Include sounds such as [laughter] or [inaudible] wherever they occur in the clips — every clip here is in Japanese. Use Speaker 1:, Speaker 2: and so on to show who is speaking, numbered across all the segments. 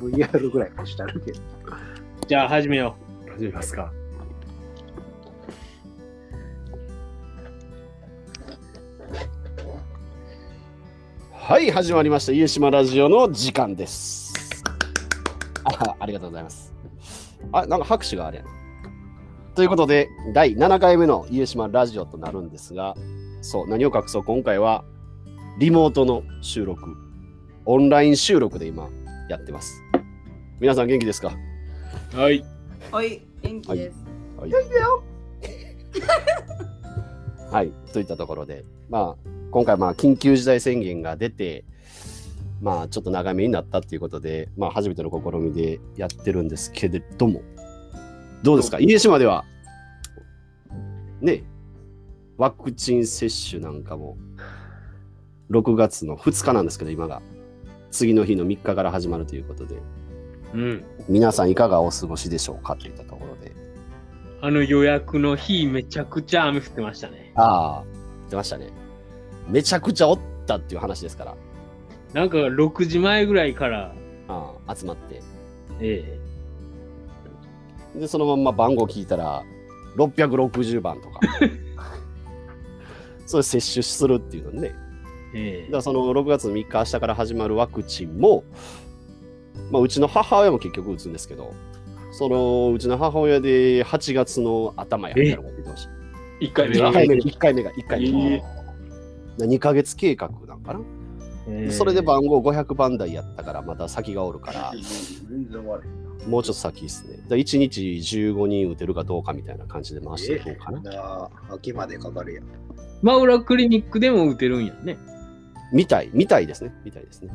Speaker 1: VR ぐらいポしてあるけど。
Speaker 2: じゃあ始めよ
Speaker 3: 始めますか。はい、始まりました。家島ラジオの時間です。あありがとうございます。あ、なんか拍手があれやな。ということで、第7回目の家島ラジオとなるんですが、そう、何を隠そう、今回はリモートの収録、オンライン収録で今やってます。皆さん元気ですか
Speaker 2: う。はい。
Speaker 4: はい、元気です。
Speaker 3: はい。 [laughs] はい、といったところで、まあ、今回、まあ、緊急事態宣言が出て、まあ、ちょっと長めになったということで、まあ、初めての試みでやってるんですけれども、どうですか、家島では、ね、ワクチン接種なんかも、6月の2日なんですけど、今が、次の日の3日から始まるということで、
Speaker 2: うん。
Speaker 3: 皆さん、いかがお過ごしでしょうかといったところで。
Speaker 2: あの予約の日、めちゃくちゃ雨降ってましたね。
Speaker 3: ああ、言ってましたね。めちゃくちゃおったっていう話ですから、
Speaker 2: なんか6時前ぐらいから、
Speaker 3: ああ集まって。
Speaker 2: ええ
Speaker 3: で、そのまんま番号聞いたら、660番とか。 [laughs] それ接種するっていうのね。
Speaker 2: え
Speaker 3: だからその6月3日、明日から始まるワクチンも、まあ、うちの母親も結局打つんですけど、そのうちの母親で8月の頭やみたいなこと言ってました。
Speaker 2: え。1回
Speaker 3: 1回目が、1回目が、1回目
Speaker 2: え
Speaker 3: が。2ヶ月計画なんかな
Speaker 2: ええ
Speaker 3: それで番号500番台やったから、また先がおるから、
Speaker 1: 全然悪い。
Speaker 3: もうちょっと先ですね。だから1日15人打てるかどうかみたいな感じで回していこうかな。
Speaker 1: な秋までかかるやん。
Speaker 2: 真裏クリニックでも打てるんやね。
Speaker 3: みたい、みたいですね。みたいですね。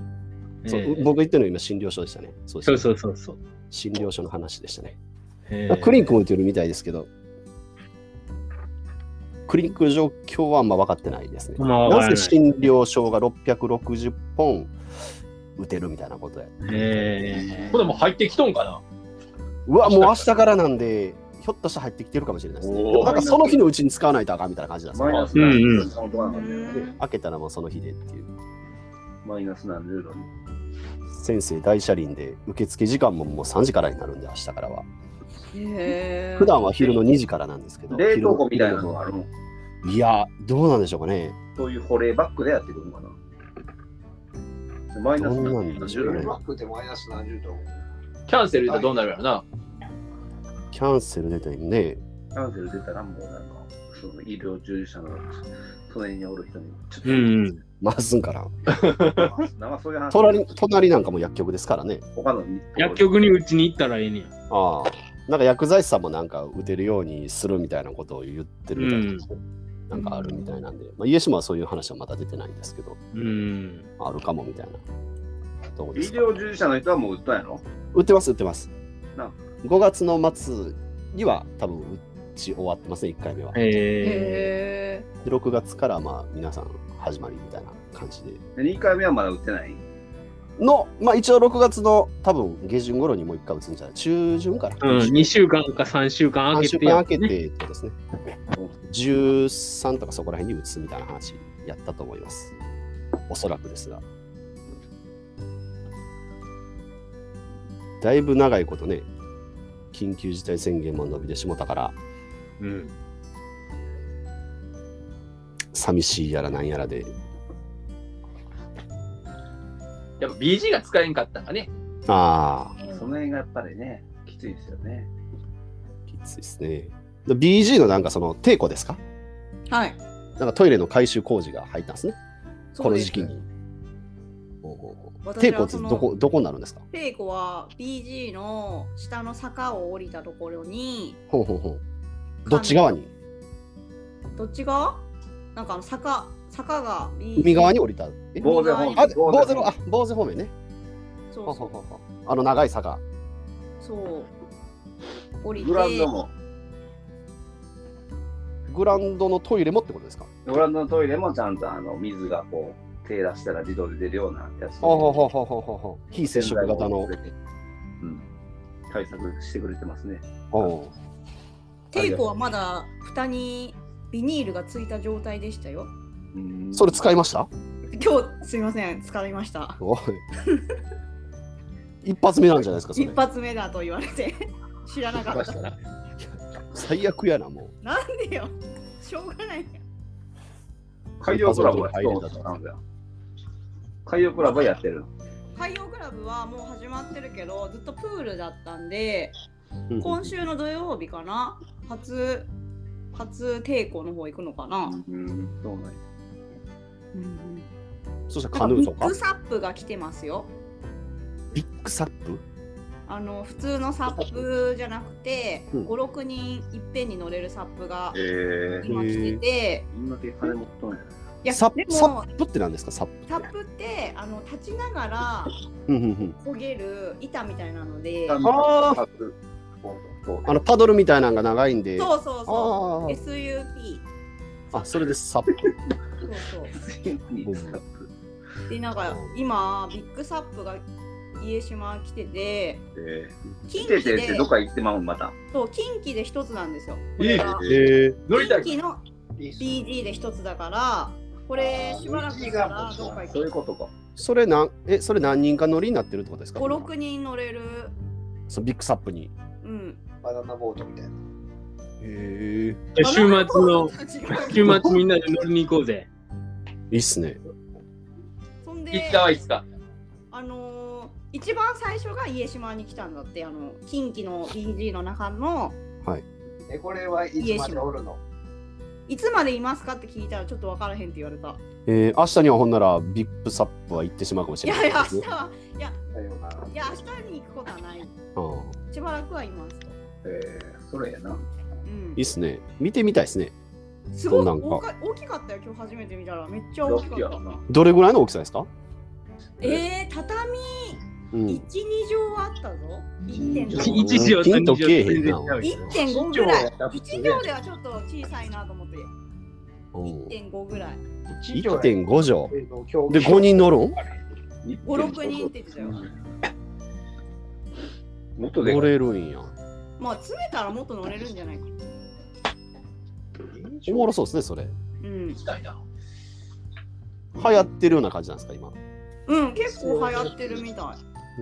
Speaker 3: そう
Speaker 2: ええ
Speaker 3: 僕言ってるの今、診療所でしたね。そうです
Speaker 2: そ
Speaker 3: ね
Speaker 2: うそうそうそう。
Speaker 3: 診療所の話でしたね。
Speaker 2: え
Speaker 3: まあ
Speaker 2: え
Speaker 3: クリニックも打てるみたいですけど、クリニックの状況はあんま分かってないですね。
Speaker 2: まあ分から
Speaker 3: な
Speaker 2: ない
Speaker 3: ぜ診療所が660本打てるみたいなことや。
Speaker 2: ええ
Speaker 5: これもう入ってきとんかな
Speaker 3: うわ、もう明日からなんで、ひょっとしたら入ってきてるかもしれないですね。
Speaker 5: おー
Speaker 3: でもなんかその日のうちに使わないとあかんみたいな感じなんですよ
Speaker 1: マイナ
Speaker 2: う
Speaker 1: ス
Speaker 2: んうん
Speaker 1: そのドアなんだよね。
Speaker 3: 開けたらもうその日でっていう。
Speaker 1: マイナスなんでだね。
Speaker 3: 先生大車輪で受付時間ももう3時からになるんで明日からは
Speaker 4: へー
Speaker 3: 普段は昼の2時からなんですけど
Speaker 1: 冷凍庫みたいなのがあるの。
Speaker 3: 昼のいやどうなんでしょうかね
Speaker 1: そういう保冷バッグでやってくるのかな。マイナス
Speaker 3: どうなんでしょうね
Speaker 1: マックでマイナス何十度。
Speaker 5: キャンセルってどうなるやろな
Speaker 3: キャンセル出てね
Speaker 1: キャンセル出たらもうなんか、その医療従事者の隣におる人に、ちょっと、
Speaker 2: うんうん。
Speaker 3: 回すんかな
Speaker 1: なんかそういう話
Speaker 3: 隣隣なんかも薬局ですからね
Speaker 1: 他の
Speaker 2: 薬局に打ちに行ったらええねや。
Speaker 3: ああなんか薬剤師さんもなんか打てるようにするみたいなことを言ってるみたいなんですけどなんかあるみたいなんで、まあ、家島はそういう話はまだ出てないんですけど
Speaker 2: うん。
Speaker 3: あるかもみたいなとこ
Speaker 1: 医
Speaker 3: ですか
Speaker 1: 療従事者の人はもう売ったんやろ
Speaker 3: 売ってます売ってます
Speaker 1: な
Speaker 3: 5月の末には多分打ち終わってますね1回目は
Speaker 2: ええ
Speaker 4: へ
Speaker 3: で6月からまあ皆さん始まりみたいな感じで
Speaker 1: で2回目はまだ売ってない
Speaker 3: の、まあ、一応6月の多分下旬頃にもう一回打つんじゃない中旬から、
Speaker 2: うん、2週間か3週間
Speaker 3: 3
Speaker 2: 空
Speaker 3: 週
Speaker 2: けて
Speaker 3: 間
Speaker 2: やっ
Speaker 3: 空
Speaker 2: て
Speaker 3: け
Speaker 2: ね、
Speaker 3: てそうですね13とかそこら辺に打つみたいな話やったと思いますおそらくですがだいぶ長いことね緊急事態宣言も伸びてしもたから
Speaker 2: うん。
Speaker 3: 寂しいやらなんやらで
Speaker 5: やっぱ BG が使えんかったんかね
Speaker 3: ああ
Speaker 4: ー
Speaker 1: その辺がやっぱりね、きついですよね。
Speaker 3: きついですね。で BG のなんかその抵抗ですか
Speaker 4: はい。
Speaker 3: なんかトイレの改修工事が入ったんですね。こ
Speaker 4: そう
Speaker 3: の
Speaker 4: です
Speaker 3: 時期に。おうおうおう
Speaker 4: 私
Speaker 3: 抵抗
Speaker 4: は
Speaker 3: って
Speaker 4: その
Speaker 3: どこどこになるんですか
Speaker 4: ペイコは BG の下の坂を降りたところに、
Speaker 3: ほうほうほう。どっち側に
Speaker 4: どっち側なんかあの坂、坂が BG。
Speaker 3: 海側に降りた。え
Speaker 1: 坊勢本
Speaker 3: あ、
Speaker 1: 坊勢
Speaker 3: 坊勢の、あ、坊勢方面ね。
Speaker 4: そ
Speaker 3: ほうほ
Speaker 4: うそうう
Speaker 3: ほうほうあの長い坂。
Speaker 4: そう。降りて
Speaker 1: グ、ラウンドも、
Speaker 3: グラウンドのトイレもってことですか
Speaker 1: グラウンドのトイレもちゃんとあの水がこう、手出したら自動で出るようなやつ。
Speaker 3: ほうほうほうほうほうほうほう。非接触型の。
Speaker 1: うん、対策してくれてますね。
Speaker 3: おう
Speaker 4: ペイコはまだ蓋にビニールがついた状態でしたよ。
Speaker 1: うん
Speaker 3: それ使いました
Speaker 4: 今日すみません、疲れました。
Speaker 3: おい [laughs] 一発目なんじゃないですか、それ
Speaker 4: 一。発目だと言われて知らなかっ
Speaker 3: [laughs]
Speaker 1: 失
Speaker 4: た
Speaker 1: 敗したら
Speaker 3: 最悪やな、も
Speaker 4: なんでよしょうがない
Speaker 1: 海洋クラブはどうなんだよ。海洋クラブはやってる。
Speaker 4: 海洋クラブはもう始まってるけどずっとプールだったんで
Speaker 3: う。うん
Speaker 4: 今週の土曜日かな初初抵抗の方行くのかな、
Speaker 1: うん、そうなんや
Speaker 4: うん、
Speaker 3: そしたら
Speaker 4: な
Speaker 3: カ
Speaker 4: ん
Speaker 3: ヌ
Speaker 4: か
Speaker 3: ーと
Speaker 4: ビッ
Speaker 3: か
Speaker 4: グサップが来てますよ
Speaker 3: ビッグサップ
Speaker 4: あの普通のサップじゃなくて、
Speaker 3: うん
Speaker 4: 56人いっぺんに乗れるサップが
Speaker 1: ええ
Speaker 4: 今来てて、
Speaker 1: みんなで金持っとんや。
Speaker 4: いや
Speaker 3: サ
Speaker 4: で
Speaker 3: ップサ
Speaker 4: も
Speaker 3: ップって何ですか、サップって。
Speaker 4: サップってあの立ちながら
Speaker 3: うんうんうん
Speaker 4: 焦げる板みたいなので
Speaker 3: あー
Speaker 1: サップボード
Speaker 3: あのパドルみたいなのが長いんで。
Speaker 4: そうそうそ
Speaker 3: あ
Speaker 4: う
Speaker 3: ー
Speaker 4: SUP
Speaker 3: あ、それでサップ。
Speaker 4: そうそう
Speaker 1: そうサップ
Speaker 4: でなんか今ビッグサップが家島来てて
Speaker 1: え
Speaker 4: 近
Speaker 1: え。て
Speaker 4: 畿
Speaker 1: てって
Speaker 4: で
Speaker 1: どっか行ってまうんまた。
Speaker 4: そう近畿で一つなんですよ。こ
Speaker 5: え
Speaker 4: れ
Speaker 5: え
Speaker 4: が
Speaker 3: え
Speaker 5: 乗りたい
Speaker 4: 近畿の BG で一つだからこれしばらくしたらどっか行
Speaker 1: そういう
Speaker 4: く
Speaker 1: ことか。
Speaker 3: それなん、え、それ何人か乗りになってるってことですか
Speaker 4: 5、6人乗れる。
Speaker 3: そのビッグサップに。
Speaker 4: うん。
Speaker 6: バナナボートみたいな。
Speaker 3: へえ。
Speaker 2: じゃあ週末の、週
Speaker 4: の。
Speaker 2: 末みんなで乗りに行こうぜ。
Speaker 3: いいっすね。
Speaker 4: そん
Speaker 5: い
Speaker 4: で
Speaker 5: つ、かはいつか。
Speaker 4: あのー一番最初が家島に来たんだって、あの近畿の BG の中の
Speaker 6: え、これはいつまでおるの
Speaker 4: いつまでいますかって聞いたらちょっと分からへんって言われた。
Speaker 3: えー、明日にはほんならビッグサップは行ってしまうかもし
Speaker 4: い
Speaker 3: れな
Speaker 4: や
Speaker 3: い
Speaker 4: いや、
Speaker 3: です
Speaker 4: 明
Speaker 3: ね
Speaker 4: 日。は、いや、
Speaker 6: だよない
Speaker 4: や、明日に行くことはない。
Speaker 3: うん
Speaker 4: しばらくはいますと。
Speaker 1: ええ、それやな。
Speaker 4: うん
Speaker 3: いいっすね。見てみたいですね。
Speaker 4: すごい
Speaker 3: どんなんか
Speaker 4: 大か大きかったよ、今日初めて見たら。めっちゃ
Speaker 1: ロ
Speaker 4: 大き
Speaker 1: ッ
Speaker 4: か
Speaker 1: キーや
Speaker 4: っ
Speaker 1: ろ
Speaker 4: た。
Speaker 1: な。
Speaker 3: どれぐらいの大きさですか
Speaker 4: えー、畳
Speaker 3: う
Speaker 4: 1、2
Speaker 3: ん。
Speaker 4: 畳はあったぞ。
Speaker 2: 一
Speaker 4: 1.5
Speaker 2: 一畳
Speaker 3: ピンとけえへんな
Speaker 2: 全然違うよ
Speaker 4: 1.5ぐらい。
Speaker 5: 普
Speaker 4: 1畳ではちょっと小さいなと思って、
Speaker 3: うん
Speaker 4: 1.5ぐらい。
Speaker 3: 1.5
Speaker 6: えーと競技
Speaker 3: で、5人乗るん
Speaker 4: 5、6人って言ってたよ。
Speaker 1: もっとで
Speaker 3: 乗
Speaker 1: かい
Speaker 3: れるんや。
Speaker 4: まあ、詰めたらもっと乗れるんじゃないか。
Speaker 3: おもろそうですね、それ。
Speaker 4: うん。
Speaker 5: たいな。
Speaker 3: 流行ってるような感じなんですか、今。
Speaker 4: うん、結構流行ってるみたい。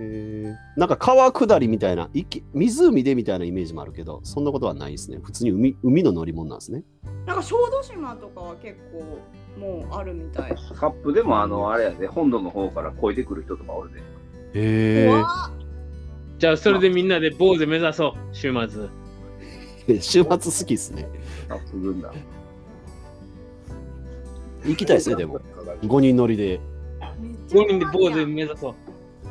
Speaker 3: へえ。なんか川下りみたいな、池湖でみたいなイメージもあるけど、そんなことはないですね。普通に海海の乗り物なんですね。
Speaker 4: なんか小豆島とかは結構もうあるみたい。
Speaker 1: サップでもあのあれやで、本土の方から越えてくる人とかおるで。
Speaker 3: へ
Speaker 4: うわ
Speaker 2: じゃあそれでみんなで坊主目指そう、週末。
Speaker 3: え。 [laughs] 週末好きですね。
Speaker 1: サップ軍団。
Speaker 3: 行きたいですね、でも。5人乗りで。
Speaker 4: ーめっちゃ
Speaker 2: 5人で坊主目指そう。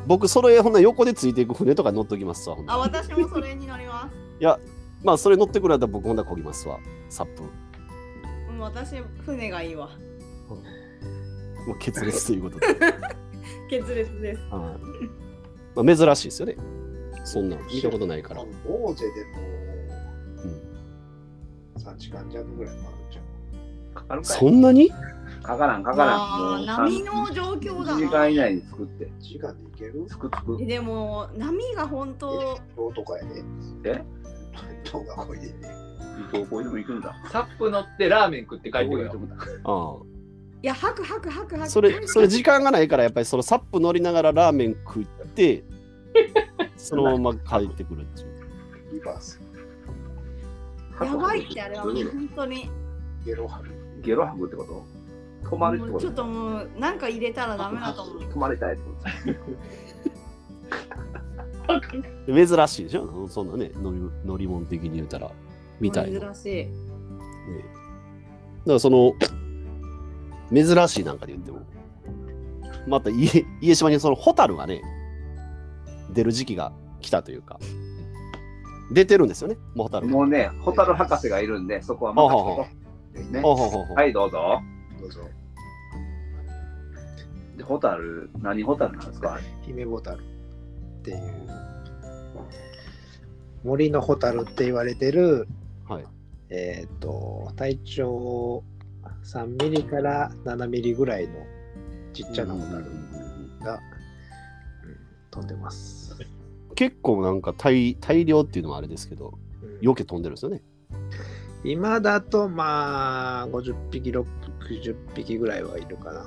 Speaker 3: 僕、それ、ほんな横でついていく船とか乗っときますわ。ほんな
Speaker 4: あ、私もそれに乗ります。
Speaker 3: まあ、それ乗ってくれたら僕、ほんならこぎますわ。サップ。
Speaker 4: うん、私、船がいいわ。
Speaker 3: もう決裂ということで。はい
Speaker 4: 決裂です。
Speaker 3: まあ、珍しいですよね。そんなん見たことないから。
Speaker 6: 大勢でも
Speaker 3: うん、
Speaker 6: 3時間弱ぐらいもあるじゃん。
Speaker 1: かかるか
Speaker 3: そんなに
Speaker 1: いかからん、かからん。
Speaker 4: まあ、
Speaker 1: もう
Speaker 4: 波の状況だ
Speaker 1: 1時間以
Speaker 4: な。
Speaker 1: 内に作って、
Speaker 6: 1時間で行ける
Speaker 1: つくつく
Speaker 4: え。でも、波が本当、
Speaker 6: どうとかやで。
Speaker 1: え
Speaker 6: どうがこいでね。
Speaker 1: どこへでも行くんだ。
Speaker 5: サップ乗ってラーメン食って帰
Speaker 1: ど
Speaker 5: って
Speaker 1: こ
Speaker 5: く
Speaker 1: へ
Speaker 5: る
Speaker 1: で
Speaker 5: よ。
Speaker 1: も行くんだ。
Speaker 3: あ
Speaker 4: いや、はくはくはくは
Speaker 3: あ
Speaker 4: く。
Speaker 3: それ、それ時間がないから、やっぱりそのサップ乗りながらラーメン食
Speaker 1: [laughs]
Speaker 3: って、そのまま帰ってくるっていう。
Speaker 6: リバース、
Speaker 4: やばいってあれは
Speaker 1: どういうこ
Speaker 4: 本当に。
Speaker 6: ゲロハル。
Speaker 1: とゲロ吐くってこと止まるって
Speaker 4: も
Speaker 1: こ
Speaker 4: うち
Speaker 1: と
Speaker 4: ょっともうなんか入れたらダメだと思う。
Speaker 1: 止まれたいってこと
Speaker 3: 珍しいでしょそんなね、乗り乗り物的に言うたら、みたいな。
Speaker 4: 珍しい。
Speaker 3: ねだからその、珍しいなんかで言っても、また家家島にそのホタルがね、出る時期が来たというか、出てるんですよね、もうホタルが。
Speaker 1: もうね、ホタル博士がいるんで、そこは任
Speaker 3: ほうほう
Speaker 1: せてね。
Speaker 3: ほうほうほうほう
Speaker 1: はい、どうぞ。
Speaker 6: どうぞ。
Speaker 1: でホタル、何ホタルなんですか
Speaker 6: 姫ボタルっていう森のホタルって言われてる、
Speaker 3: はい
Speaker 6: えっ、と体長3ミリから7ミリぐらいのちっちゃなホタルが、うん飛んでます。
Speaker 3: 結構なんか大大量っていうのもあれですけど、よけ飛んでるんですよね。
Speaker 6: 今だとまあ50匹60匹ぐらいはいるかな。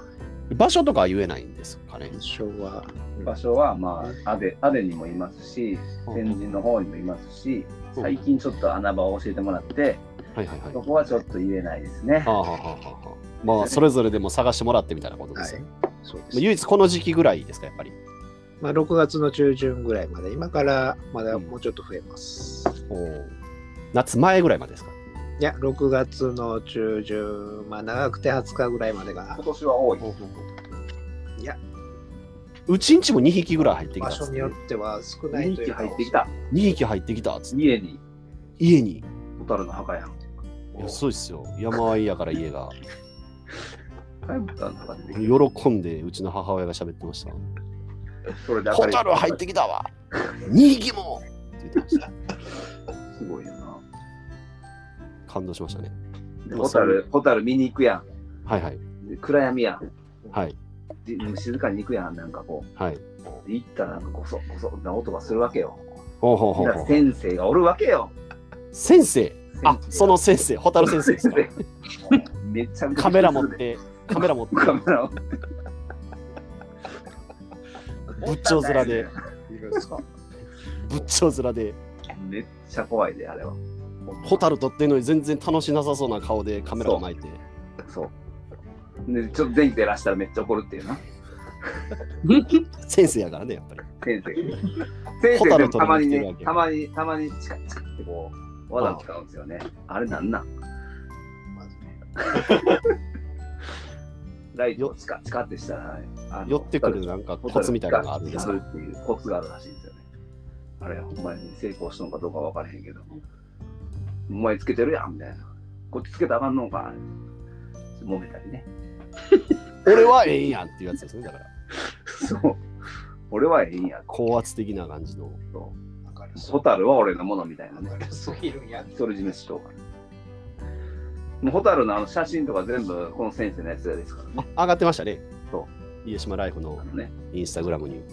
Speaker 3: 場所とかは言えないんですかね。
Speaker 6: 昭和。
Speaker 1: 場所は、まあ、アデアデにもいますし、天神の方にもいますし、
Speaker 3: うん
Speaker 1: 最近ちょっと穴場を教えてもらって、
Speaker 3: はいはいはい。
Speaker 1: そこはちょっと言えないですね
Speaker 3: は。あはあはあはあはあまあ、それぞれでも探してもらってみたいなことで
Speaker 6: はい
Speaker 3: すよ。。
Speaker 6: そうです。
Speaker 3: 唯一この時期ぐらいですか、やっぱり。
Speaker 6: まあ、6月の中旬ぐらいまで、今からまだもうちょっと増えます。
Speaker 3: 夏前ぐらいまでですか。
Speaker 6: いや、6月の中旬、まあ、長くて20日ぐらいまでが
Speaker 1: 今、年は多い。
Speaker 6: いや、
Speaker 3: うちんちも2匹ぐらい入ってきた
Speaker 6: 場
Speaker 3: っつ
Speaker 6: 所
Speaker 3: って
Speaker 6: によっては少な
Speaker 1: 2
Speaker 6: いとい
Speaker 1: 匹
Speaker 6: うか
Speaker 1: 入ってきた。
Speaker 3: 2匹入ってきたっつって
Speaker 1: 家に、
Speaker 3: 家に。
Speaker 1: ホタルの墓やん。
Speaker 3: いやそうですよ。山あいやから家が。
Speaker 1: はい、ホタルの墓出てき
Speaker 3: 喜んでうちの母親が喋ってました。
Speaker 1: た。それで明
Speaker 3: ホ
Speaker 1: るい
Speaker 3: タル入ってきたわ !2 匹もって言ってました。
Speaker 1: すごいよな。
Speaker 3: 感動しましたね。
Speaker 1: でホタル、ホタル見に行くや
Speaker 3: はいはい。
Speaker 1: ん。で暗闇やん。
Speaker 3: はい。
Speaker 1: で静かに行くやん。なんかこ
Speaker 3: はい。
Speaker 1: う、で行ったらなんかこそこそな音がするわけよ。
Speaker 3: ほうほうほう
Speaker 1: だか
Speaker 3: ほう。
Speaker 1: ら先生がおるわけよ。
Speaker 3: 先生あ
Speaker 1: 先生が
Speaker 3: その先生、ホタル先生ですか。
Speaker 1: めちゃめちゃ
Speaker 3: カメラ持って、カメラ持って、
Speaker 1: カメラ持って
Speaker 3: 仏頂面で、
Speaker 6: いるんですか
Speaker 3: 仏頂面で、
Speaker 1: めっちゃ怖いであれは
Speaker 3: ホタル撮ってんのに全然楽しなさそうな顔でカメラを巻いて。
Speaker 1: そうでちょっと電気照らしたらめっちゃ怒るっていうな
Speaker 3: 先生やからね、やっぱり。
Speaker 1: 先生が先生でもた
Speaker 3: ホタルと飲
Speaker 1: まに
Speaker 3: みに来てるわ
Speaker 1: ね
Speaker 3: け
Speaker 1: たまにたまにチカチカってこう技を使うんですよねあれなんなん [laughs] ライトをチカチカってしたらあの
Speaker 3: 寄ってくるなんかコツみたいなのがあるんです
Speaker 1: ホ
Speaker 3: か
Speaker 1: タルっていうコツがあるらしいんですよね。あれ、ほんまに成功したのかどうか分からへんけど、お前つけてるやんみたいな。こっちつけたらあかんのか。揉めたりね。 [laughs]
Speaker 3: 俺はええんやんっていうやつですね、だから。
Speaker 1: そう。俺はええんや。
Speaker 3: 高圧的な感じの。
Speaker 6: 明るそ
Speaker 1: ホタルは俺のものみたいな
Speaker 6: う。
Speaker 1: ね。
Speaker 6: 明るすぎるんや。
Speaker 1: 独り占めしとうから。もうホタルのあの写真とか全部この先生のやつですからね。
Speaker 3: 上がってましたね。
Speaker 1: そ
Speaker 3: 家島ライフの
Speaker 1: あのね
Speaker 3: インスタグラムに。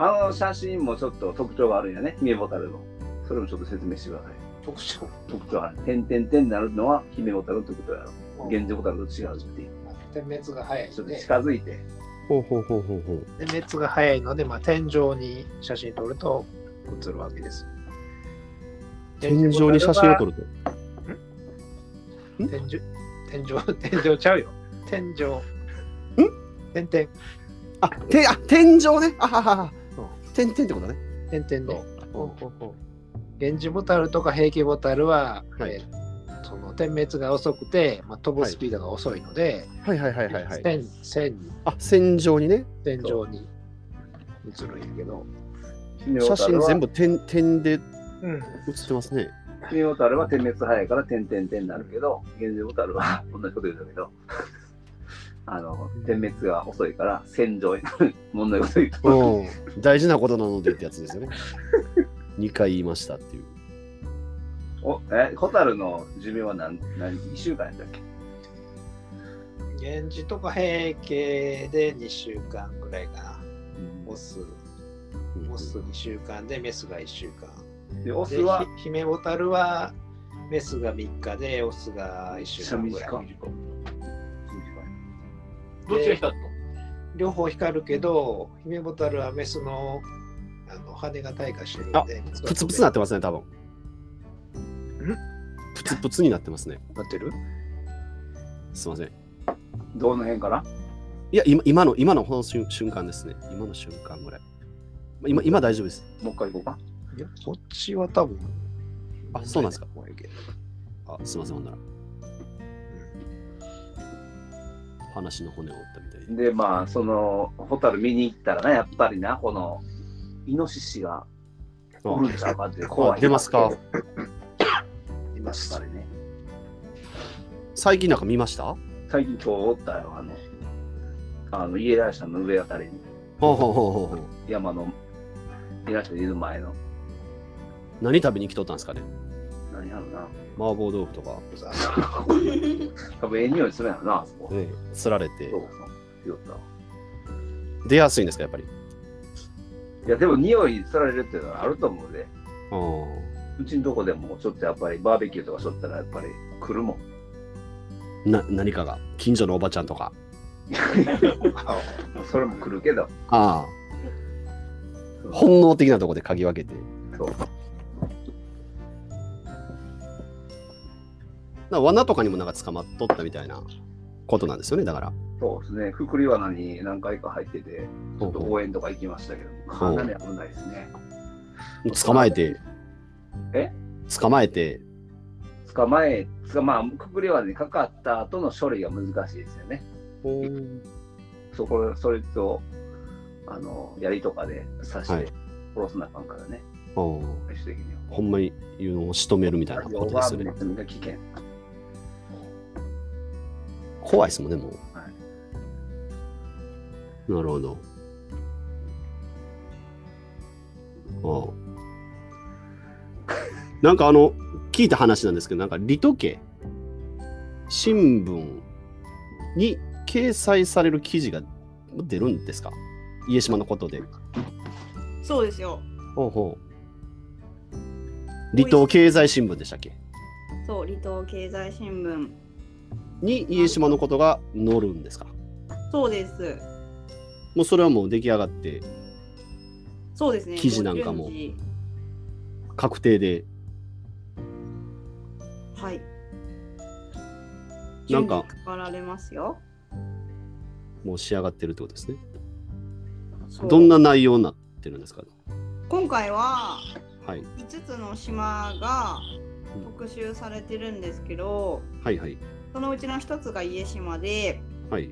Speaker 1: あの写真もちょっと特徴があるんやね。姫ホタルの。それもちょっと説明してください。
Speaker 6: 特徴。
Speaker 1: 特徴ある。点々点になるのは姫ホタルの特徴やろ。現状ホタルと違うっていう。
Speaker 6: 点滅が早い
Speaker 1: ちょ
Speaker 6: の
Speaker 1: っと
Speaker 6: で、
Speaker 1: 近づいて。
Speaker 3: ほうほうほうほうほう。
Speaker 6: 点滅が早いので、まあ、天井に写真撮ると映るわけです。
Speaker 3: 天井に写真を撮ると。
Speaker 6: 天井、天井、天井ちゃうよ。天井。ん点々、
Speaker 3: あ、てあ天井ね。あははは。点々ってことね。
Speaker 6: 点々で。
Speaker 3: ほうほうほ
Speaker 6: 源氏ボタルとか平家ボタルは、
Speaker 3: はい
Speaker 6: えーその点滅が遅くて、まあ、飛ぶスピードが遅いので、
Speaker 3: う。はいはいはいはいはい。
Speaker 6: 線線に
Speaker 3: あ、線上にね。
Speaker 6: 天井に映るんやけど、
Speaker 1: 姫
Speaker 3: 写
Speaker 1: ホタル
Speaker 3: 真
Speaker 1: は
Speaker 3: 全部点点で
Speaker 6: うん、
Speaker 3: 写ってますね。
Speaker 1: 姫ホタルは点滅早いから点点点になるけど、現状ホタルは [laughs] 同じこと言うんだけど、あの、点滅が遅いから戦場になる。問題を言うと、
Speaker 3: うん。大事なことなのでってやつですよね。2回言いましたっていう。
Speaker 1: おえ、ホタルの寿命は何、何、1週間やったっけ
Speaker 6: 源氏とか平家で2週間ぐらいかな。オス、
Speaker 3: うん
Speaker 6: オス2週間でメスが1週間。
Speaker 1: で、オス
Speaker 6: で、
Speaker 1: は、
Speaker 6: ひ姫ボタルはメスが3日で、オスが1週間ぐらい。
Speaker 1: 短い短い
Speaker 5: どっちが光っ
Speaker 6: 両方光るけど、ヒメボタルはメスのあの羽が退化してるんで、
Speaker 3: プツプツなってますね、多分。プツプツになってますね。
Speaker 6: なってる
Speaker 3: すいません。
Speaker 1: どの辺から
Speaker 3: いや、今今の、今のこの瞬瞬間ですね。今の瞬間ぐらい。ま今、今大丈夫です。
Speaker 1: もう一回行こうか。
Speaker 6: いや、こっちは多分。
Speaker 3: あそうなんですか
Speaker 6: 問題いと思う
Speaker 3: あ、すいません、ほんなら。話の骨を折ったみたいで。
Speaker 1: で、まあ、その、ホタル見に行ったらな、やっぱりな、この、イノシシがおるんちゃうかって怖
Speaker 3: あ
Speaker 1: い。
Speaker 3: 出ますか。
Speaker 6: けどい
Speaker 1: や
Speaker 6: ま
Speaker 1: っ
Speaker 6: す
Speaker 1: ぱ。りね。
Speaker 3: 最近なんか見ましたほう
Speaker 1: 最近今日おったよ、あの、あの家来社の上あたりに、
Speaker 3: ほうほうほうほう。
Speaker 1: 山の家来社いる前の、
Speaker 3: 何食べに来とったんですかね
Speaker 1: 何やろな、
Speaker 3: 麻婆豆腐とか、
Speaker 1: 多分ええ匂いするんやろな、あそこ。
Speaker 3: ね、釣られて
Speaker 1: そう。そう、拾ったわ
Speaker 3: 出やすいんですか、やっぱり。
Speaker 1: いや、でも匂いに釣られるっていうのはあると思うで、
Speaker 3: あ
Speaker 1: うちのとこでもちょっとやっぱりバーベキューとかしょったらやっぱり来るもん。
Speaker 3: な何かが、近所のおばちゃんとか。
Speaker 1: それも来るけど、
Speaker 3: ああ、
Speaker 1: そう
Speaker 3: 本能的なところで嗅ぎ分けて。
Speaker 1: そう
Speaker 3: な罠とかにもなんか捕まっとったみたいなことなんですよね、だから。
Speaker 1: そうですね、福利罠に何回か入ってて、ちょっと応援とか行きましたけど、かなり危ないですね。
Speaker 3: 捕まえて。
Speaker 1: え
Speaker 3: 捕まえて。
Speaker 1: 捕まえ、つかまあ、福利罠にかかった後の処理が難しいですよね。そこそれと、あの、槍とかで刺し
Speaker 3: はい
Speaker 1: て殺すなあかんからね、
Speaker 3: うん
Speaker 1: 最終的には。
Speaker 3: ほんまに言うのを仕留めるみたいなことですよね。
Speaker 1: めちゃ危険。
Speaker 3: 怖いですもんね、もう。
Speaker 1: は
Speaker 3: なるほど。ああ。 [laughs] なんかあの、聞いた話なんですけど、なんか、リト家、新聞に掲載される記事が出るんですか家島のことで。
Speaker 4: そうですよ。
Speaker 3: ほうほう。離島経済新聞でしたっけ
Speaker 4: そう、離島経済新聞。
Speaker 3: に家島のことが載るんですか
Speaker 4: そうです。
Speaker 3: もうそれはもう出来上がって
Speaker 4: そうですね。
Speaker 3: 記事なんかも
Speaker 4: う順
Speaker 3: 確定で
Speaker 4: 次はい。
Speaker 3: なんか
Speaker 4: 順次かかられますよ。
Speaker 3: もう仕上がってるってことですね。
Speaker 4: そう
Speaker 3: どんな内容になってるんですか
Speaker 4: 今回は
Speaker 3: はい。
Speaker 4: 5つの島が特集されてるんですけど、
Speaker 3: はいはい。
Speaker 4: そのうちの一つが家島で、
Speaker 3: はい。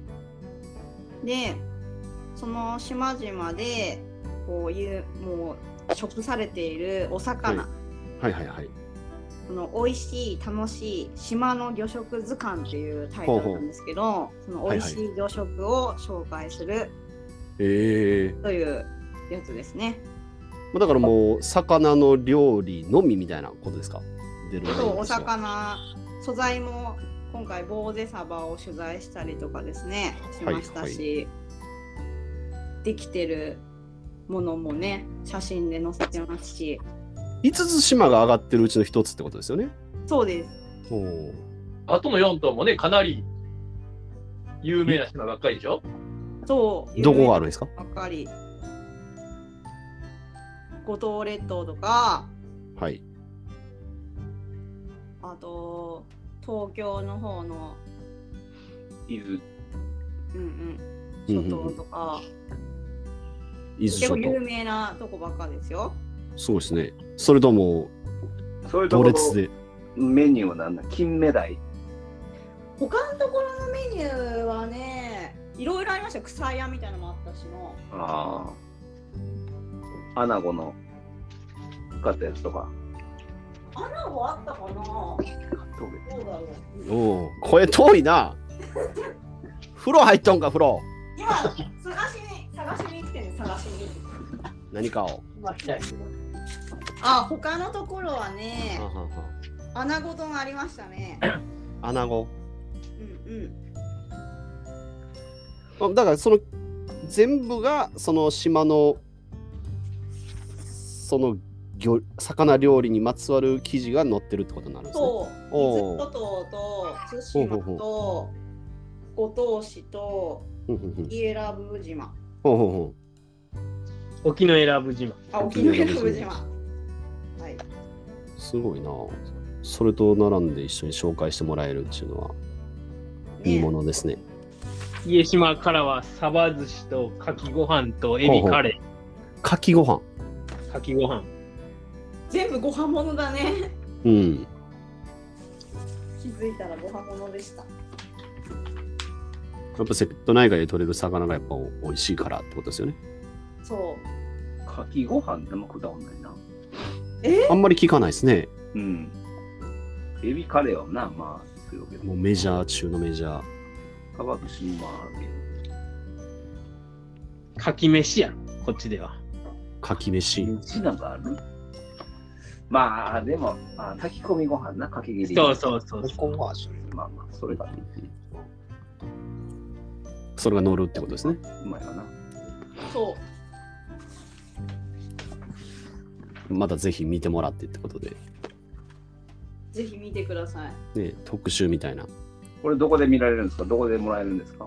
Speaker 4: でその島々でこういうもう食されているお魚、
Speaker 3: ははいはいはい。
Speaker 4: この美味しい楽しい島の魚食図鑑っていうタイトルなんですけどその美味しい魚食を紹介する
Speaker 3: ええ
Speaker 4: というやつですね。
Speaker 3: まあだからもう、魚の料理のみみたいなことですか出る内
Speaker 4: そう
Speaker 3: 容
Speaker 4: お
Speaker 3: としては
Speaker 4: 魚素材も今回ボーゼサバを取材したりとかですねしましたし、できてるものもね写真で載せてますし
Speaker 3: 5つ島が上がってるうちの1つってことですよね。
Speaker 4: そうです
Speaker 3: おー
Speaker 5: あとの4頭もね、かなり有名な島ばっかりでしょ。
Speaker 4: そう
Speaker 3: どこがあるんですか
Speaker 4: ばっかり五島列島とか
Speaker 3: はい。
Speaker 4: あと東京の方の
Speaker 1: 伊豆、
Speaker 4: うん
Speaker 3: う
Speaker 4: うんん
Speaker 3: うんうん
Speaker 4: 諸島とか、
Speaker 3: 伊
Speaker 4: 結構
Speaker 3: 豆諸
Speaker 4: 有
Speaker 3: 島。
Speaker 4: 名なとこばっかですよ
Speaker 3: そうですね。それとも、
Speaker 1: そういうと
Speaker 3: 同
Speaker 1: ころ
Speaker 3: 列で。
Speaker 1: メニューはなんだ金目鯛
Speaker 4: 他のところのメニューはねいろいろありましたよ草屋みたいなのもあったしの
Speaker 1: ああアナゴの使ったやつとか
Speaker 4: アナゴあったかなどうだろう
Speaker 3: おお、声遠いな。風呂入っとんか、風呂。 [laughs]
Speaker 4: 今探しに探しに来てね探しに
Speaker 3: 何かを。
Speaker 5: まあ、来ないですよ
Speaker 4: あ他のところはね
Speaker 3: はんはんはん
Speaker 4: アナゴ丼ありました
Speaker 3: [laughs]
Speaker 4: ね
Speaker 3: アナゴ。
Speaker 4: うんうん
Speaker 3: あだからその全部がその島のその魚魚料理にまつわる記事が載ってるってことになるんですね。
Speaker 4: そう、伊
Speaker 3: おう
Speaker 4: 豆諸島と対馬
Speaker 3: ほう
Speaker 4: と五島市と
Speaker 3: ふんふんふん
Speaker 4: 伊良部島。
Speaker 3: ほうほうほ
Speaker 2: 沖永良部島。
Speaker 4: あ、沖永良部島。はい。
Speaker 3: うすごいな。それと並んで一緒に紹介してもらえるっていうのは
Speaker 4: ね
Speaker 3: いいものですね。
Speaker 2: 家島からはサバ寿司とかきご飯とエビカレ
Speaker 3: かきご飯。
Speaker 2: ー、かきご飯。
Speaker 4: 全部ご飯物だね。 [laughs]
Speaker 3: うん。
Speaker 4: 気づいたらご飯物でした。
Speaker 3: やっぱ瀬戸内海で取れる魚がやっぱ美味しいからってことですよね。
Speaker 4: そう。
Speaker 1: かきご飯でも食ったことないな
Speaker 3: あんまり聞かないですね。
Speaker 1: うんエビカレーはなまあするけど
Speaker 3: もうメジャー中のメジャー。
Speaker 1: カバクシもあるけど
Speaker 2: かき飯やろ、こっちでは。
Speaker 3: かき飯。
Speaker 1: うちなんかあるまあでも、まあ、炊き込みご飯なかき切り
Speaker 2: そうそうそうそ
Speaker 6: こ
Speaker 2: う。
Speaker 6: はそれ
Speaker 1: まあまあそれが
Speaker 3: それが乗るってことですね。
Speaker 1: うまいかな
Speaker 4: そう。
Speaker 3: またぜひ見てもらってってことで。
Speaker 4: ぜひ見てください。
Speaker 3: ね、特集みたいな。
Speaker 1: これどこで見られるんですかどこでもらえるんですか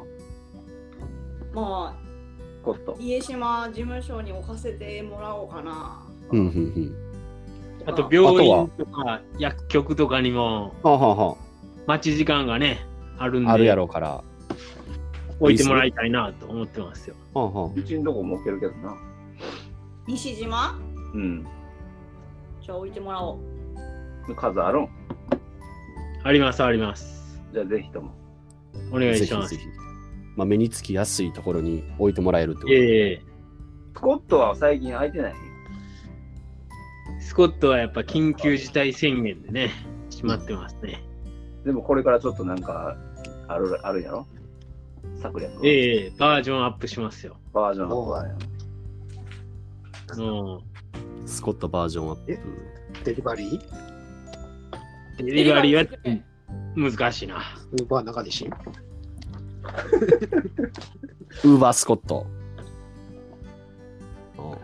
Speaker 4: まあ
Speaker 1: コット。
Speaker 4: 家島事務所に置かせてもらおうかな。
Speaker 3: うんうんうん。
Speaker 2: あと病院とか薬局とかにも
Speaker 3: はあはあは
Speaker 2: 待ち時間がね、あるん
Speaker 3: あ。あるや
Speaker 2: で、
Speaker 3: ろうから。は
Speaker 2: 置いてもらいたいなと思ってますよ。
Speaker 3: あは
Speaker 1: うちのとこも置けるけどな。
Speaker 4: 西島
Speaker 1: うん。
Speaker 4: じゃあ置いてもらおう。
Speaker 1: 数あるん。
Speaker 2: あります、あります。
Speaker 1: じゃあぜひとも。
Speaker 2: お
Speaker 3: あ。
Speaker 2: 願い
Speaker 3: ぜ
Speaker 2: しま
Speaker 3: ひ
Speaker 2: す。
Speaker 3: ぜ
Speaker 2: い
Speaker 3: ひ。まあ、目につきやすいところに置いてもらえるってこと。
Speaker 2: えいえ。
Speaker 1: スコットは最近空いてない。
Speaker 2: スコットはやっぱ緊急事態宣言でね、閉まってますね。
Speaker 1: でもこれからちょっとなんかあるあるんやろ策略。
Speaker 2: ええ、バージョンアップしますよ。
Speaker 1: バージョンアップだよ。
Speaker 2: も
Speaker 3: スコットバージョンアップ
Speaker 6: え。デリバリー
Speaker 2: う、デリバリーは
Speaker 4: デリ
Speaker 2: 難しいな。
Speaker 6: ウーバー中西
Speaker 3: ウーバースコット。あ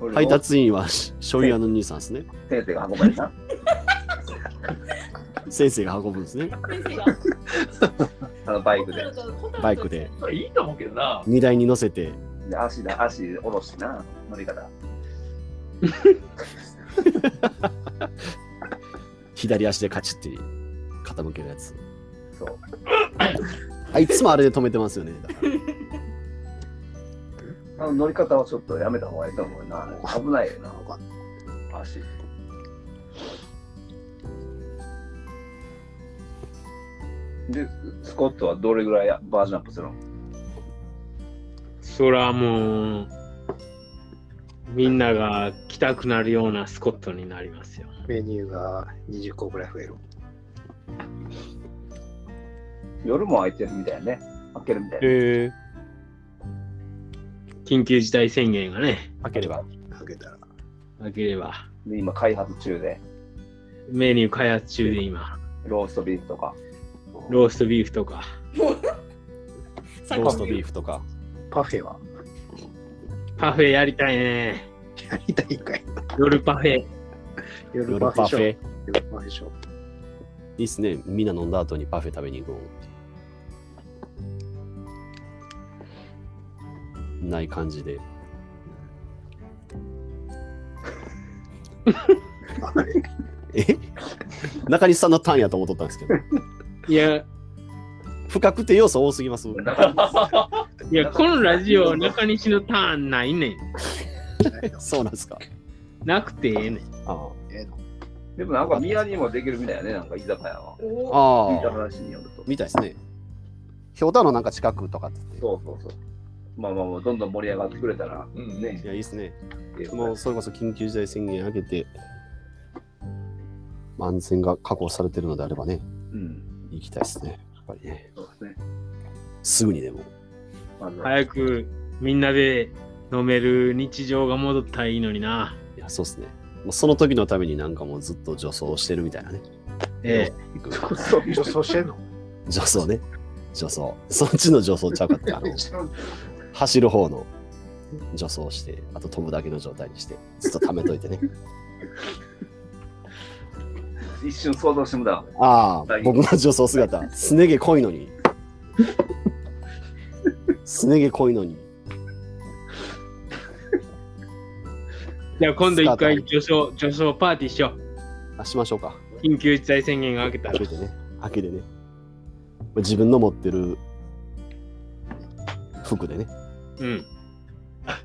Speaker 1: これ
Speaker 3: あ
Speaker 1: を
Speaker 3: 配達員はし醤油屋の兄さんですね。
Speaker 1: 先生が運ばれた。
Speaker 3: 先生が運ぶんですね。
Speaker 4: 先生が
Speaker 1: あのバイクで。
Speaker 3: バイクで。
Speaker 5: それいいと思うけどな。
Speaker 3: 荷台に乗せて。
Speaker 1: で足だ、足下ろしな、乗り方。
Speaker 3: 左足でカチッて傾けるやつ。
Speaker 1: そう。
Speaker 3: あいつもあれで止めてますよね。だから
Speaker 1: あの乗り方はちょっとやめた方がいいと思うな。危ないよな、足。で、スコットはどれぐらいバージョンアップするの
Speaker 2: そらもう、みんなが来たくなるようなスコットになりますよ。
Speaker 6: メニューが20個ぐらい増える。
Speaker 1: 夜も空いてるみたいね。開けるみたいね。
Speaker 3: へえ。
Speaker 2: 緊急事態宣言がね、
Speaker 3: 開ければ。
Speaker 6: かけたら。
Speaker 2: なければ。
Speaker 1: で、今開発中で、
Speaker 2: メニュー開発中で今、
Speaker 1: ローストビーフとか。
Speaker 2: ローストビーフとか、
Speaker 4: さっき
Speaker 3: ローストビー
Speaker 4: フ。
Speaker 3: フとか。
Speaker 6: パフェは
Speaker 2: パフェやりたいね。
Speaker 6: やりたいんかい
Speaker 2: 夜パフェ。
Speaker 6: 夜
Speaker 3: 夜
Speaker 6: パフェ
Speaker 3: パ
Speaker 6: シ
Speaker 3: フ
Speaker 6: ョー
Speaker 3: ェ。い
Speaker 6: 夜パフェショー
Speaker 3: いっすね。みんな飲んだ後にパフェ食べに行こう。ない感じで。
Speaker 6: あれ
Speaker 3: え中西さんのターンやと思っとったんですけど。
Speaker 2: いや、
Speaker 3: 不確定要素多すぎます。
Speaker 1: だから
Speaker 2: いや、このラジオ、中西のターンないねん。
Speaker 3: そうなんですか。
Speaker 2: なくてええねん。
Speaker 3: あ
Speaker 6: ええの
Speaker 1: でもなんか宮にもできるみたいやね、なんか居酒屋
Speaker 3: あ。
Speaker 1: は。
Speaker 4: お
Speaker 1: 聞いた [laughs]
Speaker 3: ああ。
Speaker 1: 話によると。
Speaker 3: みたいですね。ひょうたのなんか近くとかって言っ
Speaker 1: そうそうそう。まあまあまあ、どんどん盛り上がってくれたら、
Speaker 5: うん
Speaker 1: ね
Speaker 3: て。い、や、いいですね。
Speaker 1: ええ
Speaker 3: もうそれこそ緊急事態宣言上げて、まあ安全が確保されてるのであればね、
Speaker 1: うん、
Speaker 3: 行きたいですね。やっぱりね。
Speaker 1: そうですね。
Speaker 3: すぐにでも。
Speaker 1: まずは
Speaker 2: 早くみんなで飲める日常が戻ったらいいのにな。
Speaker 3: いや、そうですね。もうその時のためになんかもうずっと助走してるみたいなね。
Speaker 2: え
Speaker 3: 行く
Speaker 6: そう、女装してんの
Speaker 3: 助走ね。助走。そっちの助走ちゃうか
Speaker 1: [laughs]
Speaker 3: った。あの走る方の助走をして、あと飛ぶだけの状態にして、ずっと溜めといて
Speaker 1: [laughs]
Speaker 3: ね。
Speaker 1: 一瞬想像してもだ。
Speaker 3: ああ
Speaker 1: は、い
Speaker 3: 僕の女装姿、すね毛濃いのに。すね毛濃いのに。
Speaker 2: えじゃあ今度一回女装、女装パーティーしよ
Speaker 3: あ、しましょうか。
Speaker 2: う。緊急事態宣言が明けたら
Speaker 3: 開。けてね。開けてね。自分の持ってる服でね。
Speaker 2: うん。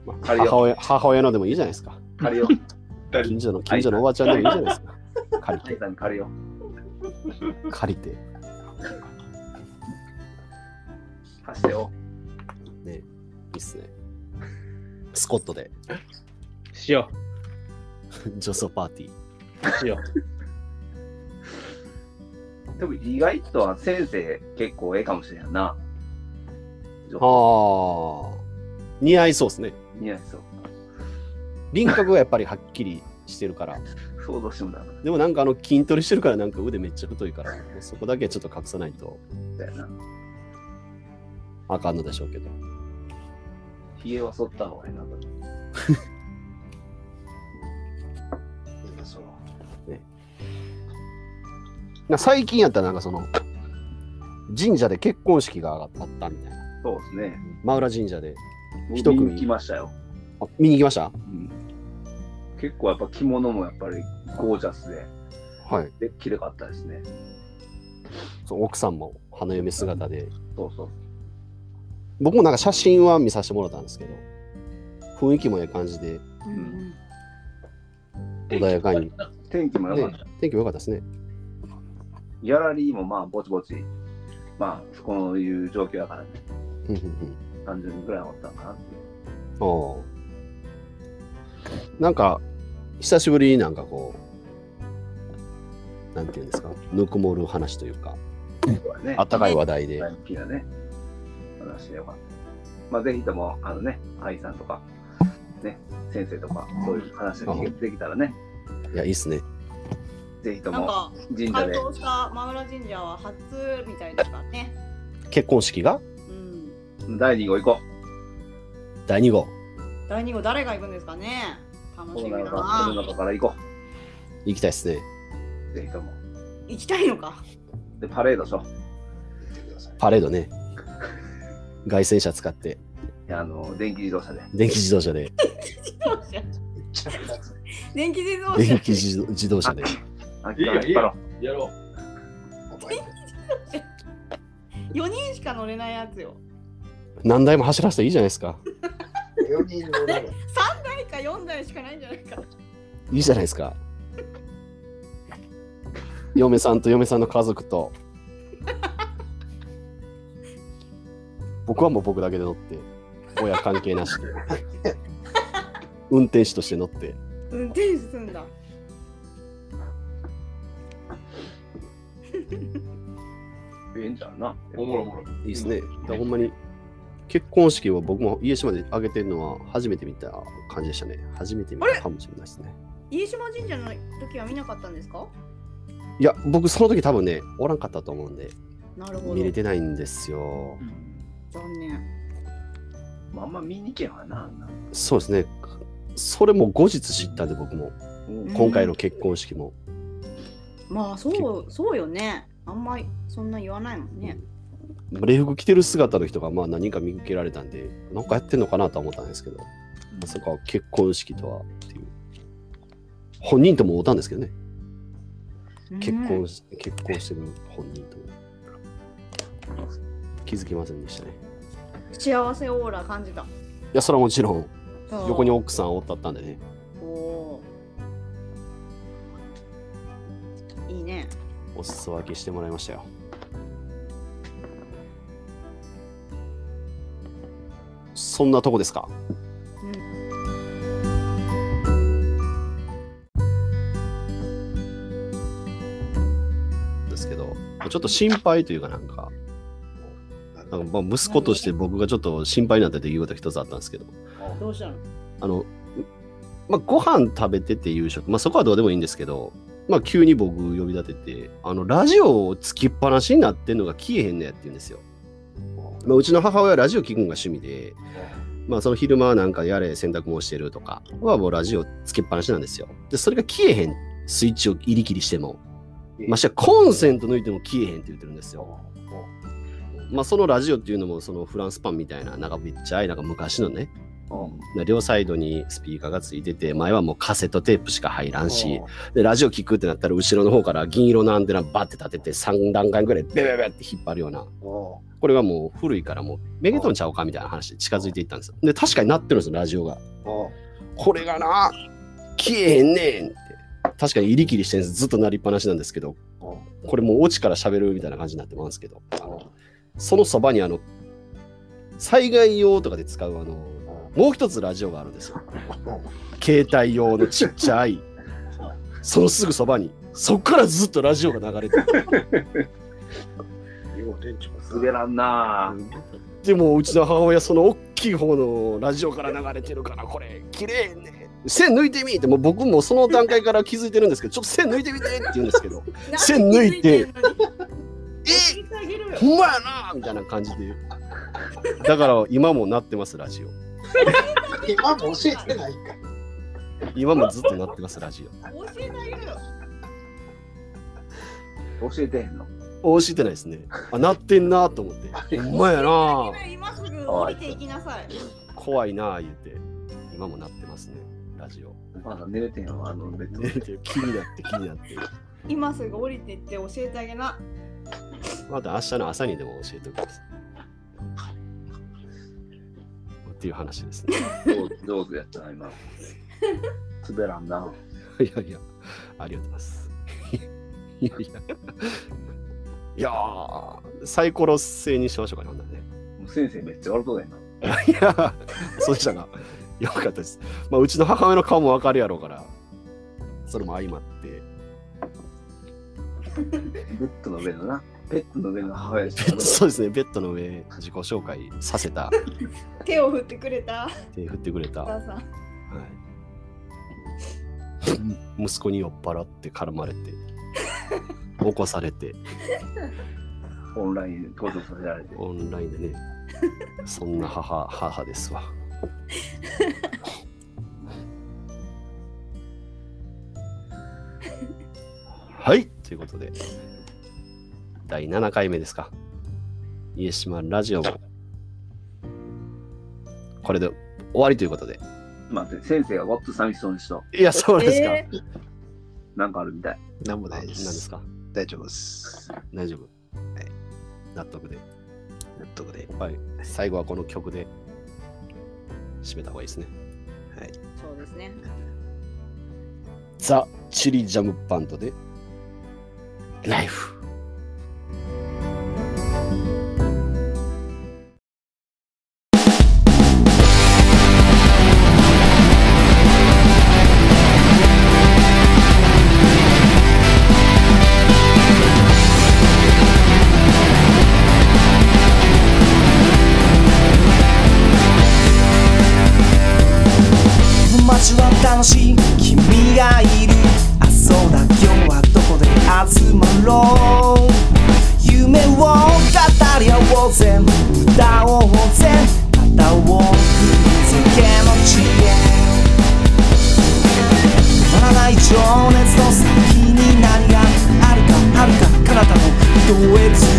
Speaker 3: まあ
Speaker 1: 借りよう
Speaker 3: 母親母親のでもいいじゃないですか。[laughs]
Speaker 1: 借りよ
Speaker 3: 近所の近所のおばちゃんでもいいじゃないですか。借
Speaker 1: う。タイ
Speaker 3: りて、
Speaker 1: さん借りよ
Speaker 3: 借りて。
Speaker 1: う。貸してよ。
Speaker 3: ね、いいっすね。スコットで、
Speaker 2: しよ
Speaker 3: 女装パーティー。
Speaker 2: う。しよ
Speaker 1: でも意外とは先生結構ええかもしれんな。
Speaker 3: ああ、似合いそうですね。
Speaker 1: 似合いそう。
Speaker 3: 輪郭がやっぱりはっきりしてるから。
Speaker 1: 想像してもだめ
Speaker 3: でもなんかあの筋トレしてるからなんか腕めっちゃ太いから、そこだけはちょっと隠さないと
Speaker 1: だよな。
Speaker 3: あかんのでしょうけど。
Speaker 1: ひげは剃った方がいいなと。
Speaker 6: みんなその
Speaker 3: な最近やったらなんかその、神社で結婚式があったみたいな。
Speaker 1: そうですね。
Speaker 3: 真浦神社で。一
Speaker 1: 見
Speaker 3: 組
Speaker 1: に来ましたよ、
Speaker 3: あ見に行きました
Speaker 1: うん結構やっぱ着物もやっぱりゴージャスで、
Speaker 3: はい。
Speaker 1: で、綺麗かったですね。
Speaker 3: そう奥さんも花嫁姿で。
Speaker 1: そうそう。
Speaker 3: 僕もなんか写真は見させてもらったんですけど、雰囲気もええ感じで、
Speaker 4: うん
Speaker 3: 穏やかに。
Speaker 1: 天気も良かった。
Speaker 3: 天気も良かったですね。
Speaker 1: ギャラリーもまあ、ぼちぼち、まあ、こういう状況やからね、
Speaker 3: うんうん
Speaker 1: 30人ぐらいおったんかなっていう。
Speaker 3: うんおーなんか、久しぶりになんかこう、なんていうんですか、ぬくもる話というか、
Speaker 1: そうだね。
Speaker 3: あったかい話題で。
Speaker 1: 大好きなね、話でよかった。まあ、ぜひとも、あのね、愛さんとか、ね、先生とか、そういう話ができたらね、
Speaker 3: いや、いいっすね。
Speaker 1: ぜひと
Speaker 4: なん
Speaker 1: も
Speaker 4: か
Speaker 1: 神社
Speaker 4: 回
Speaker 1: で、
Speaker 4: 答した真浦神社は初みたいだからね。
Speaker 3: 結婚式が
Speaker 4: うん。
Speaker 1: 第2号行こ
Speaker 3: 第2号。
Speaker 4: 第二号誰が行くんですかね。
Speaker 1: う。
Speaker 4: 楽
Speaker 1: こ
Speaker 4: しみ
Speaker 1: の
Speaker 4: だ
Speaker 1: 中この
Speaker 4: な。
Speaker 1: 中から行こ
Speaker 3: 行きたいっすね。
Speaker 1: う。ぜひとも。
Speaker 4: 行きたいのか。 [laughs]
Speaker 1: で、パレードしょ。
Speaker 6: 見てください。
Speaker 3: パレードね。外線車使って、
Speaker 1: いやあの、電気自動車で。
Speaker 3: 電気自動車で、
Speaker 6: めっちゃ
Speaker 4: 電気自動車。
Speaker 3: 電気自動自動車で。
Speaker 1: 秋から引っ張ろ
Speaker 5: やろ
Speaker 4: 四人しか乗れないやつよ。
Speaker 3: 何台も走らせていいじゃないですか。
Speaker 6: 4人乗らない。
Speaker 4: 三台か四台しかないんじゃないか。
Speaker 3: いいじゃないですか。嫁さんと嫁さんの家族と。僕はもう僕だけで乗って、親関係なしで。運転手として乗って。
Speaker 4: 運転手すんだ。
Speaker 1: う。ええんちゃうな。
Speaker 5: う。おもろおもろ。
Speaker 3: いいですね。だからほんまに、結婚式は僕も家島で挙げてるのは初めて見た感じでしたね。初めて見たかもしれないですね。
Speaker 4: 飯島神社の時は見なかったんですか。
Speaker 3: いや、僕その時多分ね、おらんかったと思うんで、
Speaker 4: なるほど
Speaker 3: 見。れてないんですよ。
Speaker 4: 残念。
Speaker 1: まあ、あんま見に行けんわな。あんな
Speaker 3: そうですね。それも後日知ったんで、僕も。
Speaker 1: うん
Speaker 3: 今回の結婚式も。
Speaker 4: まあそうそうよね。あんまりそんな言わないもんね。
Speaker 3: 礼服着てる姿の人がまあ何人か見受けられたんで、なんかやってんのかなとは思ったんですけど、まさか結婚式とはっていう。本人とも会うたんですけどね。結婚し、結婚してる本人とも。気づきませんでしたね。
Speaker 4: うん幸せオーラ感じた。
Speaker 3: いや、それはもちろん、
Speaker 4: そう
Speaker 3: 横に奥さんおったったんでね。
Speaker 4: おーいいね。
Speaker 3: お裾分けしてもらいましたよ。そんなとこですか
Speaker 4: うん。
Speaker 3: ですけど、ちょっと心配というかなんか、なんかまあ息子として僕がちょっと心配になってて言うことが一つあったんですけど、
Speaker 4: どうしたの？
Speaker 3: あの、まあ、ご飯食べてて夕食、まあ、そこはどうでもいいんですけど、まあ、急に僕呼び立てて、あの、ラジオをつきっぱなしになってんのが消えへんのやって言うんですよ。まあ、うちの母親はラジオ聞くのが趣味で、まあ、その昼間はなんかやれ洗濯もしてるとかはもうラジオつけっぱなしなんですよ。で、それが消えへん。スイッチを入り切りしても。ましてやコンセント抜いても消えへんって言ってるんですよ。まあ、そのラジオっていうのも、そのフランスパンみたいな、なんかめっちゃいなんか昔のね、両サイドにスピーカーがついてて、前はもうカセットテープしか入らんし、で、ラジオ聞くってなったら、後ろの方から銀色のアンテナバッて立てて、3段階ぐらいベベベって引っ張るような、
Speaker 6: お
Speaker 3: これがもう古いからもう、メゲトンちゃおうかみたいな話で近づいていったんですよ。で、確かになってるんですよ、ラジオが。
Speaker 6: お
Speaker 3: これがな、消えへんねんって。確かに入り切りしてるんです。ずっと鳴りっぱなしなんですけど、
Speaker 6: お
Speaker 3: これもうオチから喋るみたいな感じになってますけど、あのそのそばにあの、災害用とかで使うあの、もう一つラジオがあるんですよ。携帯用のちっちゃい、そのすぐそばに、そっからずっとラジオが流れてる。
Speaker 6: よう電池も
Speaker 1: 滑らんな。
Speaker 3: でもうちの母親その大きい方のラジオから流れてるからこれ綺麗ね線抜いてみってもう僕もその段階から気づいてるんですけどちょっと線抜いてみてって言うんですけど [laughs] 線抜いて
Speaker 4: なんで気づんのに。
Speaker 3: え
Speaker 4: あげるよ
Speaker 3: ほんまやなみたいな感じでだから今もなってますラジオ
Speaker 6: 今も教えてないか
Speaker 3: 今もずっとなってますラジ
Speaker 4: 教えてあげるよ。
Speaker 1: 教えてへんの。
Speaker 3: オ応してないですね。あ、なってんなと思って。ほんまやな
Speaker 4: 今すぐ降りていきなさい。
Speaker 3: 怖いな言って、今もなってますね、ラジオ。
Speaker 1: まだ寝れてんよ、あのベッドで。
Speaker 3: 気になって気になって。
Speaker 4: 今すぐ降りてって教えてあげな。
Speaker 3: また明日の朝にでも教えておきます。っていう話ですね。 [laughs]
Speaker 1: 上手やったな、今。滑らんな。
Speaker 3: いやいや、ありがとうございます。 [laughs] いやいや。いやー、サイコロ制にしましょうかね、ほんならね。
Speaker 1: もう先生めっちゃ笑うとだよな。
Speaker 3: いや、そうでしたが、よかったです。まあ、うちの母親の顔もわかるやろうから、それも相まって、 [laughs]
Speaker 1: ベッドの上のな。ベッドの上の母親でしょ
Speaker 3: そうですね、ベッドの上、自己紹介させた、
Speaker 4: 手を振ってくれた
Speaker 3: 手振ってくれた、
Speaker 4: お
Speaker 3: は
Speaker 4: 母さん。
Speaker 3: い、息子に酔っ払って絡まれて、起こされて、
Speaker 1: オンライン登場させられて。
Speaker 3: オンラインでね、そんな母、母ですわ。はい、ということで、第7回目ですか。家島ラジオも、これで終わりということで。
Speaker 1: 待って、先生がわっと寂しそうにしと。
Speaker 3: いや、そうですか。
Speaker 4: えー
Speaker 1: なんかあるみたい。
Speaker 6: なんも
Speaker 3: あ
Speaker 6: ない
Speaker 3: 何で
Speaker 6: で。
Speaker 3: すすか
Speaker 6: 大丈夫です。
Speaker 3: 大丈夫。納得で。
Speaker 6: 納得で。
Speaker 3: はい。最後はこの曲で締めた方がいいですね。
Speaker 6: はい。
Speaker 4: そうですね。
Speaker 3: ザ・チリジャムバンドで、ライフ。
Speaker 7: 街は楽しい君がいるあそうだ今日はどこで集まろう夢を語り合おうぜ歌おうぜ肩を振り付けの知恵止まらない情熱の先に何があるかあるか彼方の糸へ続 é é é